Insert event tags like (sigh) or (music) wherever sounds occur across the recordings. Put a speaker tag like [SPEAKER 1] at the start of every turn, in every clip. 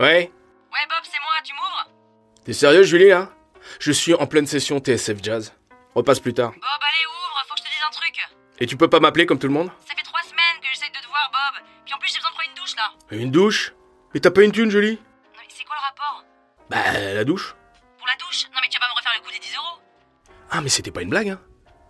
[SPEAKER 1] Ouais
[SPEAKER 2] Ouais Eh, Bob, c'est moi, tu m'ouvres
[SPEAKER 1] T'es sérieux, Julie, là Je suis en pleine session TSF Jazz. Repasse plus tard.
[SPEAKER 2] Bob, bah, allez, ouvre, faut que je te dise un truc.
[SPEAKER 1] Et tu peux pas m'appeler comme tout le monde
[SPEAKER 2] Ça fait trois semaines que j'essaye de te voir, Bob. Puis en plus, j'ai besoin de prendre une douche, là.
[SPEAKER 1] Une douche Mais t'as pas une thune, Julie
[SPEAKER 2] Non, mais c'est quoi le rapport
[SPEAKER 1] Bah, la douche.
[SPEAKER 2] Pour la douche Non, mais tu vas pas me refaire le coup des 10 euros
[SPEAKER 1] Ah, mais c'était pas une blague, hein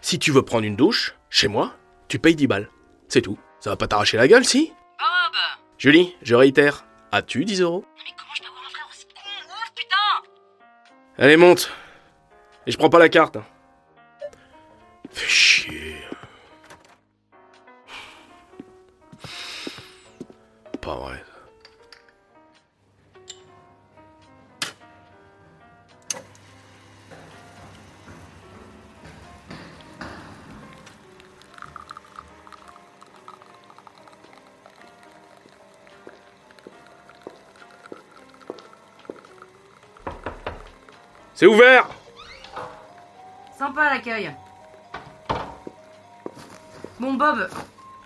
[SPEAKER 1] Si tu veux prendre une douche, chez moi, tu payes 10 balles. C'est tout. Ça va pas t'arracher la gueule, si
[SPEAKER 2] Bob
[SPEAKER 1] Julie, je réitère. As-tu 10 euros
[SPEAKER 2] Non, mais comment je peux avoir un frère aussi con Ouf, putain
[SPEAKER 1] Allez, monte Et je prends pas la carte. hein. Fais chier. Pas vrai. C'est ouvert
[SPEAKER 2] Sympa l'accueil. Bon, Bob,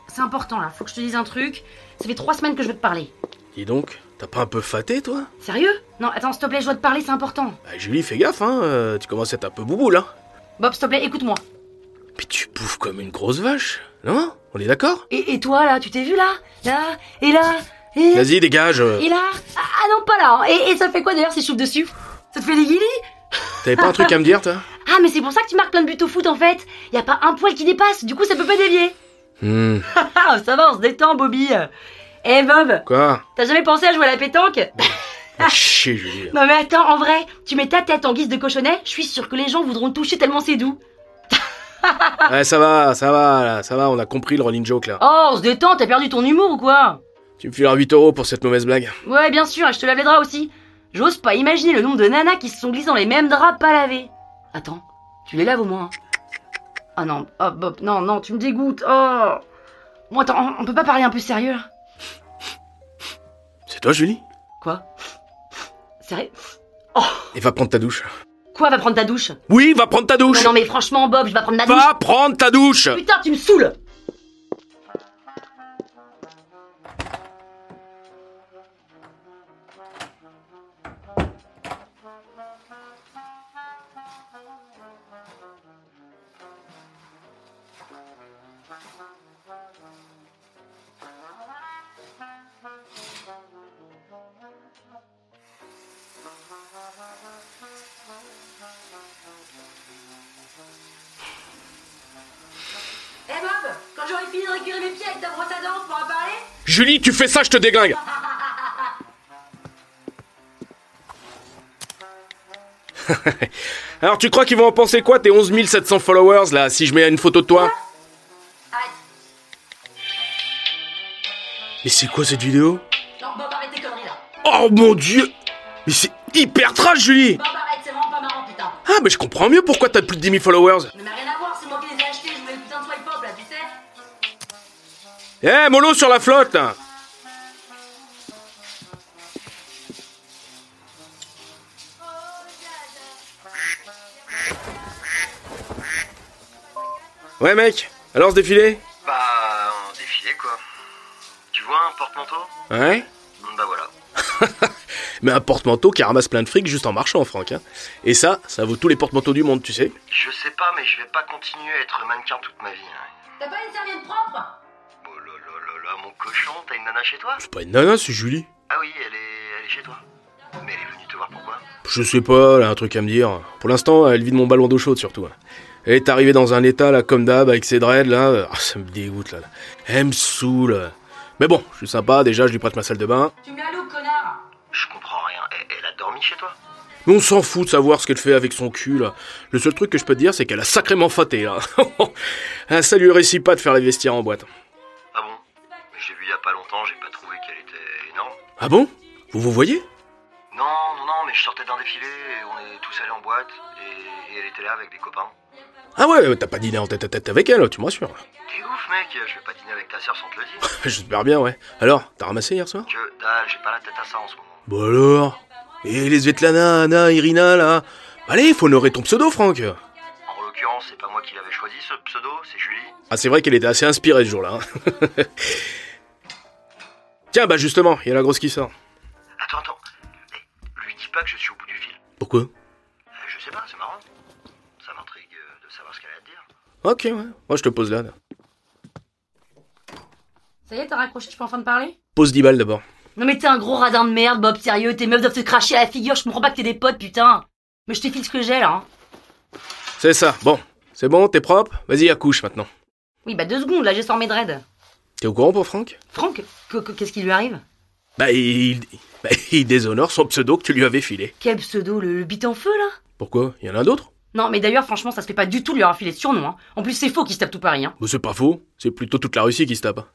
[SPEAKER 2] c'est important, là. Faut que je te dise un truc. Ça fait trois semaines que je veux te parler.
[SPEAKER 1] Dis donc, t'as pas un peu faté, toi
[SPEAKER 2] Sérieux Non, attends, s'il te plaît, je dois te parler, c'est important.
[SPEAKER 1] Bah, Julie, fais gaffe, hein, euh, tu commences à être un peu hein. boubou, là.
[SPEAKER 2] Bob, s'il te plaît, écoute-moi.
[SPEAKER 1] Puis tu bouffes comme une grosse vache, non On est d'accord
[SPEAKER 2] Et, et toi, là, tu t'es vu, là Là Et là Et...
[SPEAKER 1] Vas-y, dégage euh,
[SPEAKER 2] Et là Ah ah non, pas là hein. et, et ça fait quoi d'ailleurs si je chauffe dessus Ça te fait des guilis
[SPEAKER 1] T'avais pas un truc à me dire, toi
[SPEAKER 2] Ah, mais c'est pour ça que tu marques plein de buts au foot en fait Y a pas un poil qui dépasse, du coup ça peut pas dévier (laughs)
[SPEAKER 1] Hmm,
[SPEAKER 2] Ah, ça va, on se détend, Bobby Eh Bob,
[SPEAKER 1] quoi
[SPEAKER 2] t'as jamais pensé à jouer à la pétanque
[SPEAKER 1] Ah, chier, Julie. là.
[SPEAKER 2] Non mais attends, en vrai, tu mets ta tête en guise de cochonnet, je suis sûre que les gens voudront le toucher tellement c'est doux
[SPEAKER 1] Ouais, ça va, ça va, là, ça va, on a compris le running joke, là.
[SPEAKER 2] Oh, on se détend, t'as perdu ton humour ou quoi
[SPEAKER 1] Tu me fileras 8 euros pour cette mauvaise blague.
[SPEAKER 2] Ouais, bien sûr, et je te lave les draps aussi J'ose pas imaginer le nombre de nanas qui se sont glissées dans les mêmes draps pas lavés Attends, tu les laves au moins hein. Ah non, oh Bob, non, non, tu me dégoûtes, oh Bon attends, on, on peut pas parler un peu sérieux là
[SPEAKER 1] C'est toi, Julie
[SPEAKER 2] Quoi Sérieux
[SPEAKER 1] Et va prendre ta douche.
[SPEAKER 2] Quoi, va prendre ta douche
[SPEAKER 1] Oui, va prendre ta
[SPEAKER 2] Mais
[SPEAKER 1] douche
[SPEAKER 2] Non mais franchement, Bob, je vais pas prendre ma douche.
[SPEAKER 1] Va prendre ta douche
[SPEAKER 2] Putain, tu me saoules Eh Bob, quand j'aurai fini de récupérer mes pieds avec ta brosse à dents, on pourra parler
[SPEAKER 1] Julie, tu fais ça, je te déglingue (laughs) Alors, tu crois qu'ils vont en penser quoi, tes 11 700 followers, là, si je mets une photo de toi
[SPEAKER 2] Aïe
[SPEAKER 1] Mais c'est quoi cette vidéo
[SPEAKER 2] Non, Bob, arrête tes conneries là
[SPEAKER 1] Oh mon dieu Mais c'est hyper trash, Julie
[SPEAKER 2] Bob, arrête, c'est vraiment pas marrant, putain
[SPEAKER 1] Ah, mais je comprends mieux pourquoi t'as plus de 10 000 followers
[SPEAKER 2] Mais n'a rien à voir, c'est moi qui les ai achetés, je voulais le putain de swipe pop là, tu sais
[SPEAKER 1] Eh, mollo sur la flotte là. Ouais, mec Alors, ce défilé
[SPEAKER 3] Bah, en défilé quoi. Tu vois un porte-manteau
[SPEAKER 1] Ouais
[SPEAKER 3] Bon, Bah voilà.
[SPEAKER 1] Mais un porte-manteau qui ramasse plein de fric juste en marchant, Franck. Hein. Et ça, ça vaut tous les porte-manteaux du monde, tu sais.
[SPEAKER 3] Je sais pas, mais je vais pas continuer à être mannequin toute ma vie. hein.
[SPEAKER 2] T'as pas une serviette propre
[SPEAKER 3] Oh là là là là, mon cochon, t'as une nana chez toi
[SPEAKER 1] C'est pas une nana, c'est Julie.
[SPEAKER 3] Ah oui, elle est, elle est chez toi. Mais elle est venue te voir pourquoi
[SPEAKER 1] Je sais pas, elle a un truc à me dire. Pour l'instant, elle vide mon ballon d'eau chaude surtout. hein. Elle est arrivée dans un état, là, comme d'hab, avec ses dreads, là. Ah, ça me dégoûte, là. Elle me saoule. Mais bon, je suis sympa, déjà, je lui prête ma salle de bain.
[SPEAKER 2] Tu me la loues, connard
[SPEAKER 3] Je comprends rien. Elle, elle a dormi chez toi
[SPEAKER 1] Mais on s'en fout de savoir ce qu'elle fait avec son cul, là. Le seul truc que je peux te dire, c'est qu'elle a sacrément faté, là. (laughs) Ah, ça lui réussit pas de faire les vestiaires en boîte.
[SPEAKER 3] Ah bon J'ai vu il y a pas longtemps, j'ai pas trouvé qu'elle était énorme.
[SPEAKER 1] Ah bon Vous vous voyez
[SPEAKER 3] Non, non, non, mais je sortais d'un défilé et on est tous allés en boîte et, et elle était là avec des copains.
[SPEAKER 1] Ah ouais, t'as pas dîné en tête à tête avec elle, tu me rassures. (laughs)
[SPEAKER 3] T'es ouf, mec, je vais pas dîner avec ta sœur sans te le dire.
[SPEAKER 1] J'espère bien, ouais. Alors, t'as ramassé hier soir
[SPEAKER 3] Que dalle, j'ai pas la tête à ça en ce moment.
[SPEAKER 1] Bon alors Et les Svetlana, Anna, Irina, là Allez, faut honorer ton pseudo, Franck
[SPEAKER 3] En l'occurrence, c'est pas moi qui l'avais choisi ce pseudo, c'est Julie.
[SPEAKER 1] Ah, c'est vrai qu'elle était assez inspirée ce jour-là. hein. (laughs) Tiens, bah justement, il y a la grosse qui sort.
[SPEAKER 3] Attends, attends. Eh, lui dis pas que je suis au bout du fil.
[SPEAKER 1] Pourquoi
[SPEAKER 3] Euh, Je sais pas, c'est marrant. Ça m'intrigue euh, de savoir ce qu'elle a à te dire.
[SPEAKER 1] Ok, ouais. Moi, je te pose là. là.
[SPEAKER 2] Ça y est, t'as raccroché, tu peux enfin te parler
[SPEAKER 1] Pose 10 balles d'abord.
[SPEAKER 2] Non mais t'es un gros radin de merde, Bob, sérieux, tes meufs doivent te cracher à la figure, je comprends pas que t'es des potes, putain Mais je te file ce que j'ai, là, hein.
[SPEAKER 1] C'est ça, bon. C'est bon, t'es propre Vas-y, accouche maintenant.
[SPEAKER 2] Oui, bah deux secondes, là, j'ai sort mes dreads.
[SPEAKER 1] T'es au courant pour Franck
[SPEAKER 2] Franck, que- que- qu'est-ce qui lui arrive
[SPEAKER 1] Bah, il... bah, il déshonore son pseudo que tu lui avais filé.
[SPEAKER 2] Quel pseudo, le, le bite en feu, là
[SPEAKER 1] Pourquoi Il y en a d'autres
[SPEAKER 2] Non, mais d'ailleurs, franchement, ça se fait pas du tout de lui avoir filé ce surnom, hein. En plus, c'est faux qu'il se tape tout Paris, hein.
[SPEAKER 1] Bah, c'est pas faux. C'est plutôt toute la Russie qui se tape.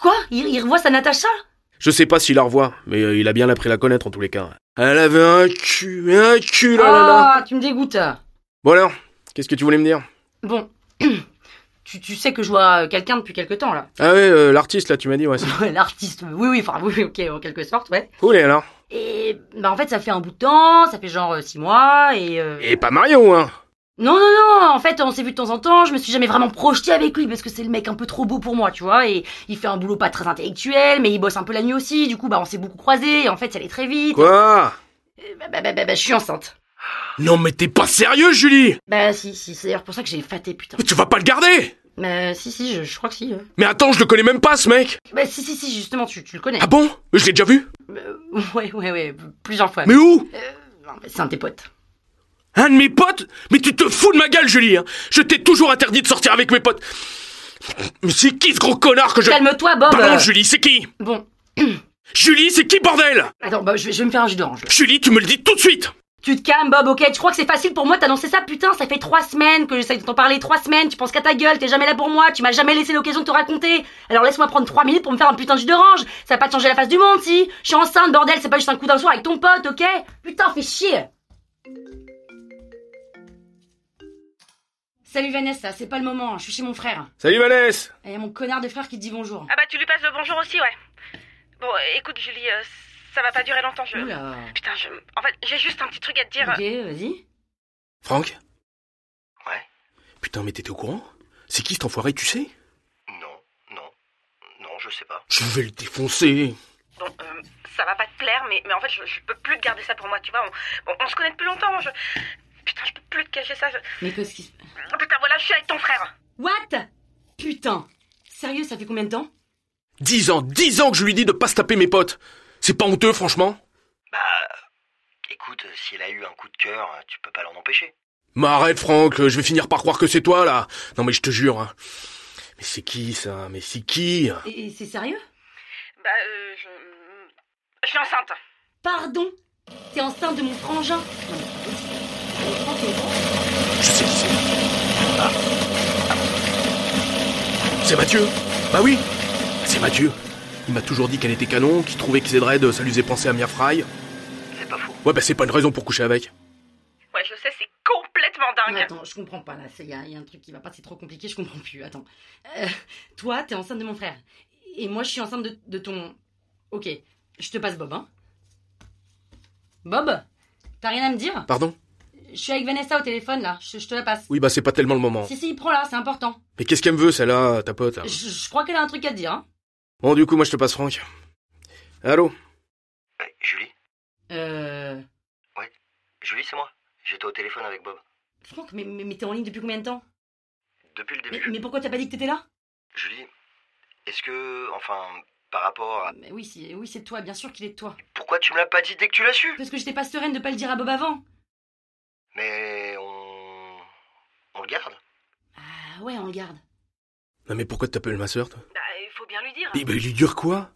[SPEAKER 2] Quoi il, il revoit sa Natacha
[SPEAKER 1] Je sais pas s'il la revoit, mais euh, il a bien appris à la connaître en tous les cas. Elle avait un cul, un cul, Oh là là là
[SPEAKER 2] Ah, tu me dégoûtes
[SPEAKER 1] Bon alors, qu'est-ce que tu voulais me dire
[SPEAKER 2] Bon, (clears throat) tu, tu sais que je vois euh, quelqu'un depuis quelque temps, là. (laughs)
[SPEAKER 1] Ah ouais, euh, l'artiste là, tu m'as dit, ouais. c'est-
[SPEAKER 2] Ouais, L'artiste, oui, oui, enfin, oui, oui, ok, en quelque sorte, ouais.
[SPEAKER 1] Cool, et alors
[SPEAKER 2] Et bah en fait ça fait un bout de temps, ça fait genre euh, six mois et, euh,
[SPEAKER 1] Et pas Mario, hein
[SPEAKER 2] non non non en fait on s'est vu de temps en temps, je me suis jamais vraiment projetée avec lui parce que c'est le mec un peu trop beau pour moi tu vois et il fait un boulot pas très intellectuel mais il bosse un peu la nuit aussi du coup bah on s'est beaucoup croisés et en fait ça allait très vite.
[SPEAKER 1] Quoi
[SPEAKER 2] Euh, bah, bah, bah, bah, bah, je suis enceinte.
[SPEAKER 1] Non mais t'es pas sérieux, Julie
[SPEAKER 2] Bah si si c'est d'ailleurs pour ça que j'ai faté putain.
[SPEAKER 1] Mais tu vas pas le garder
[SPEAKER 2] Bah si si je, je crois que si. euh.
[SPEAKER 1] Mais attends, je le connais même pas, ce mec
[SPEAKER 2] Bah si si si justement tu, tu le connais.
[SPEAKER 1] Ah bon Je l'ai déjà vu
[SPEAKER 2] Euh, ouais ouais ouais plusieurs fois.
[SPEAKER 1] Mais où
[SPEAKER 2] Euh, non, mais c'est un de tes potes.
[SPEAKER 1] Un de mes potes Mais tu te fous de ma gueule, Julie hein Je t'ai toujours interdit de sortir avec mes potes Mais c'est qui ce gros connard que je...
[SPEAKER 2] Calme-toi Bob.
[SPEAKER 1] Pardon,
[SPEAKER 2] euh.
[SPEAKER 1] Julie, c'est qui
[SPEAKER 2] Bon
[SPEAKER 1] Julie, c'est qui, bordel
[SPEAKER 2] attends bah je vais, je vais me faire un jus d'orange. là.
[SPEAKER 1] Julie, tu me le dis tout de suite
[SPEAKER 2] Tu te calmes, Bob, ok Tu crois que c'est facile pour moi de t'annoncer ça Putain, ça fait trois semaines que j'essaie de t'en parler, trois semaines, tu penses qu'à ta gueule, t'es jamais là pour moi, tu m'as jamais laissé l'occasion de te raconter. Alors laisse-moi prendre trois minutes pour me faire un putain de jus d'orange, ça va pas te changer la face du monde, si Je suis enceinte, bordel, c'est pas juste un coup d'un soir avec ton pote, ok Putain, fais chier Salut Vanessa, c'est pas le moment, hein. je suis chez mon frère.
[SPEAKER 1] Salut Vanessa
[SPEAKER 2] Et y a mon connard de frère qui te dit bonjour.
[SPEAKER 4] Ah bah tu lui passes le bonjour aussi, ouais. Bon, euh, écoute Julie, euh, ça va pas durer longtemps, je...
[SPEAKER 2] Oula.
[SPEAKER 4] Putain, je... En fait, j'ai juste un petit truc à te dire.
[SPEAKER 2] Ok, vas-y.
[SPEAKER 1] Franck
[SPEAKER 3] Ouais
[SPEAKER 1] Putain, mais t'étais au courant C'est qui cet enfoiré, tu sais
[SPEAKER 3] Non, non, non, je sais pas.
[SPEAKER 1] Je vais le défoncer
[SPEAKER 4] Bon, euh, ça va pas te plaire, mais, mais en fait, je, je peux plus te garder ça pour moi, tu vois. On, bon, on se connaît depuis longtemps, je... Putain, je peux plus te cacher ça. je-
[SPEAKER 2] Mais qu'est-ce qui se...
[SPEAKER 4] Oh, Putain, voilà, je suis avec ton frère.
[SPEAKER 2] What Putain Sérieux, ça fait combien de temps
[SPEAKER 1] Dix ans, dix ans que je lui dis de pas se taper mes potes. C'est pas honteux, franchement.
[SPEAKER 3] Bah, écoute, euh, si elle a eu un coup de cœur, euh, tu peux pas l'en empêcher.
[SPEAKER 1] Mais arrête, Franck, euh, je vais finir par croire que c'est toi, là. Non, mais je te jure. hein. Mais c'est qui, ça Mais c'est qui
[SPEAKER 2] Et et c'est sérieux
[SPEAKER 4] Bah, euh, je... Je suis enceinte.
[SPEAKER 2] Pardon T'es enceinte de mon frangin Non, mais c'est pas possible. Mon frangin, il est grand.
[SPEAKER 1] Je sais qui c'est. Ah. C'est Mathieu Bah oui, c'est Mathieu. Il m'a toujours dit qu'elle était canon, qu'il trouvait que ses dreads, ça lui faisait penser à Mia Fry.
[SPEAKER 3] C'est pas faux.
[SPEAKER 1] Ouais, bah c'est pas une raison pour coucher avec.
[SPEAKER 4] Ouais, je sais, c'est complètement
[SPEAKER 2] Non,
[SPEAKER 4] dingue.
[SPEAKER 2] Ah, attends, je comprends pas là, il y, a y a un truc qui va pas, c'est trop compliqué, je comprends plus. Attends. Euh, toi, t'es enceinte de mon frère. Et moi, je suis enceinte de, de ton. Ok, je te passe Bob, hein. Bob T'as rien à me dire
[SPEAKER 1] Pardon
[SPEAKER 2] Je suis avec Vanessa au téléphone là, je, je te la passe.
[SPEAKER 1] Oui, bah c'est pas tellement le moment.
[SPEAKER 2] Si, si, prends-la, c'est important.
[SPEAKER 1] Mais qu'est-ce qu'elle me veut, celle-là, ta pote, là
[SPEAKER 2] Je, je crois qu'elle a un truc à te dire, hein.
[SPEAKER 1] Bon, du coup, moi, je te passe Franck. Allô
[SPEAKER 3] Eh, Julie
[SPEAKER 2] Euh.
[SPEAKER 3] Julie, c'est moi. J'étais au téléphone avec Bob.
[SPEAKER 2] Franck, mais, mais, mais t'es en ligne depuis combien de temps
[SPEAKER 3] Depuis le
[SPEAKER 2] mais,
[SPEAKER 3] début.
[SPEAKER 2] mais pourquoi t'as pas dit que t'étais là
[SPEAKER 3] Julie, est-ce que, enfin, par rapport à...
[SPEAKER 2] Mais oui, c'est oui, c'est de toi, bien sûr qu'il est de toi.
[SPEAKER 3] Pourquoi tu me l'as pas dit dès que tu l'as su
[SPEAKER 2] Parce que j'étais pas sereine de pas le dire à Bob avant.
[SPEAKER 3] Mais on... On le garde
[SPEAKER 2] Ah ouais, on le garde.
[SPEAKER 1] Non mais pourquoi t'appelles ma sœur, toi
[SPEAKER 4] Bah, il faut bien lui dire.
[SPEAKER 1] Mais, mais lui dure quoi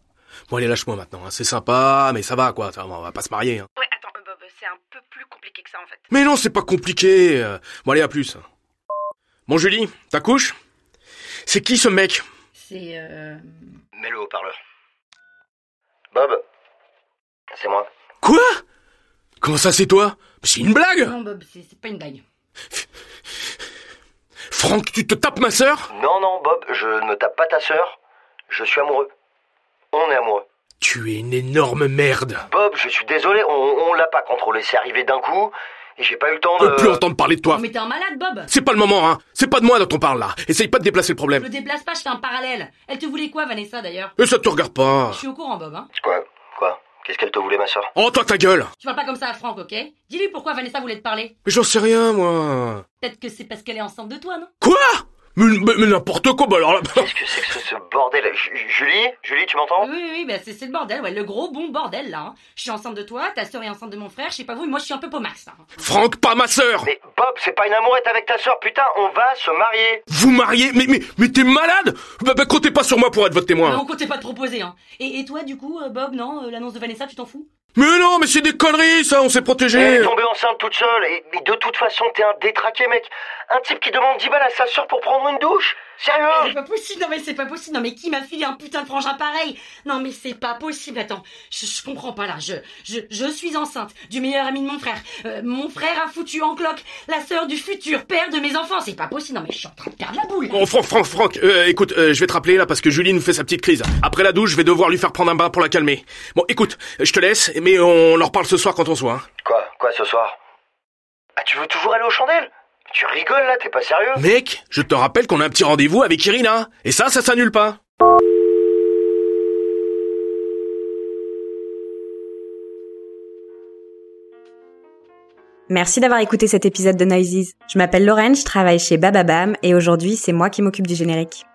[SPEAKER 1] Bon allez, lâche-moi maintenant, hein. c'est sympa, mais ça va quoi, ça, on va pas se marier. Hein.
[SPEAKER 4] Ouais, attends, euh, Bob, c'est un peu plus compliqué que ça en fait.
[SPEAKER 1] Mais non, c'est pas compliqué euh. Bon allez, à plus. Bon Julie, t'accouches C'est qui ce mec
[SPEAKER 2] C'est. euh,
[SPEAKER 3] Mets-le au parleur. Bob C'est moi.
[SPEAKER 1] Quoi Comment ça c'est toi C'est une blague
[SPEAKER 2] Non, Bob, c'est c'est pas une blague.
[SPEAKER 1] Franck, tu te tapes ma sœur
[SPEAKER 3] Non, non, Bob, je ne me tape pas ta sœur. Je suis amoureux. On est amoureux.
[SPEAKER 1] Tu es une énorme merde.
[SPEAKER 3] Bob, je suis désolé, on, on l'a pas contrôlé. C'est arrivé d'un coup et j'ai pas eu le temps
[SPEAKER 1] On
[SPEAKER 3] de.
[SPEAKER 1] peut plus
[SPEAKER 4] Euh.
[SPEAKER 1] entendre parler de toi.
[SPEAKER 2] Non, mais t'es un malade, Bob
[SPEAKER 1] C'est pas le moment, hein. C'est pas de moi dont on parle là. Essaye pas de déplacer le
[SPEAKER 2] Je
[SPEAKER 1] problème.
[SPEAKER 2] le déplace pas, je fais un parallèle. Elle te voulait quoi, Vanessa, d'ailleurs
[SPEAKER 1] Et ça te regarde pas.
[SPEAKER 2] Je suis au courant, Bob, hein.
[SPEAKER 3] Quoi Quoi Qu'est-ce qu'elle te voulait, ma sœur
[SPEAKER 1] Oh toi ta gueule.
[SPEAKER 2] Tu parles pas comme ça à Franck, ok Dis-lui pourquoi Vanessa voulait te parler.
[SPEAKER 1] Mais j'en sais rien moi.
[SPEAKER 2] Peut-être que c'est parce qu'elle est enceinte de toi, non
[SPEAKER 1] Quoi Mais, mais- mais n'importe quoi. Bah alors là. (laughs)
[SPEAKER 3] Qu'est-ce que c'est que ce, ce bordel Ju- Ju- Julie Julie, tu m'entends
[SPEAKER 2] Oui, oui, oui, bah c'est c'est le bordel, ouais, le gros bon bordel, là. hein. Je suis enceinte de toi, ta sœur est enceinte de mon frère, je sais pas vous, mais moi je suis un peu pomax, hein.
[SPEAKER 1] Franck, pas ma sœur.
[SPEAKER 3] Mais Bob, c'est pas une amourette avec ta sœur, putain, on va se marier
[SPEAKER 1] Vous mariez Mais mais mais t'es malade Bah bah comptez pas sur moi pour être votre témoin.
[SPEAKER 2] Mais on comptait pas te proposer, hein. Et, et toi, du coup, euh, Bob, non, euh, l'annonce de Vanessa, tu t'en fous
[SPEAKER 1] Mais non, mais c'est des conneries ça. On s'est
[SPEAKER 3] Elle
[SPEAKER 1] protégé.
[SPEAKER 3] est tombée enceinte toute seule, et, et de toute façon, t'es un détraqué, mec Un type qui demande 10 balles à sa sœur pour prendre une douche
[SPEAKER 2] C'est
[SPEAKER 3] Sérieux
[SPEAKER 2] pas possible, non mais c'est pas possible, non mais qui m'a filé un putain de frangin pareil Non mais c'est pas possible, attends, je, je comprends pas là, je, je, je suis enceinte du meilleur ami de mon frère, Euh, mon frère a foutu en cloque la sœur du futur père de mes enfants, c'est pas possible, non mais je suis en train de perdre la boule là.
[SPEAKER 1] Bon, Franck, Franck, Franck, euh, écoute, euh, je vais te rappeler là parce que Julie nous fait sa petite crise. Après la douche, je vais devoir lui faire prendre un bain pour la calmer. Bon, écoute, je te laisse, mais on en reparle ce soir quand on soit. hein.
[SPEAKER 3] Quoi Quoi ce soir Ah, tu veux toujours aller aux chandelles Tu rigoles là, t'es pas sérieux
[SPEAKER 1] Mec, je te rappelle qu'on a un petit rendez-vous avec Irina. Et ça, ça s'annule pas.
[SPEAKER 5] Merci d'avoir écouté cet épisode de Noises. Je m'appelle Lorraine, je travaille chez Bababam et aujourd'hui c'est moi qui m'occupe du générique.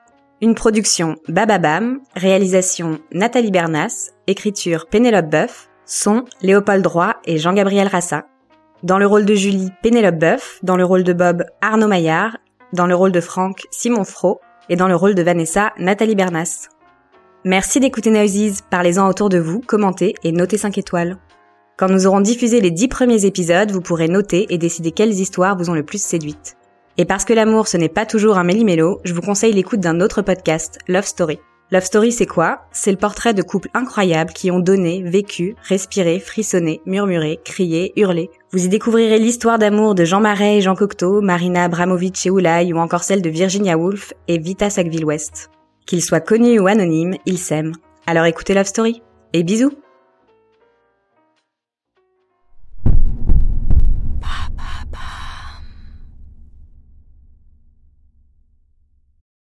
[SPEAKER 5] Une production Bababam, réalisation Nathalie Bernas, écriture Pénélope Boeuf, son Léopold Droit et Jean-Gabriel Rassa. Dans le rôle de Julie, Pénélope Boeuf, dans le rôle de Bob, Arnaud Maillard, dans le rôle de Franck, Simon Fro et dans le rôle de Vanessa, Nathalie Bernas. Merci d'écouter Noises, parlez-en autour de vous, commentez et notez 5 étoiles. Quand nous aurons diffusé les 10 premiers épisodes, vous pourrez noter et décider quelles histoires vous ont le plus séduite. Et parce que l'amour, ce n'est pas toujours un méli-mélo, je vous conseille l'écoute d'un autre podcast, Love Story. Love Story, c'est quoi C'est le portrait de couples incroyables qui ont donné, vécu, respiré, frissonné, murmuré, crié, hurlé. Vous y découvrirez l'histoire d'amour de Jean Marais et Jean Cocteau, Marina Abramovic et Oulai, ou encore celle de Virginia Woolf et Vita Sackville-West. Qu'ils soient connus ou anonymes, ils s'aiment. Alors écoutez Love Story. Et bisous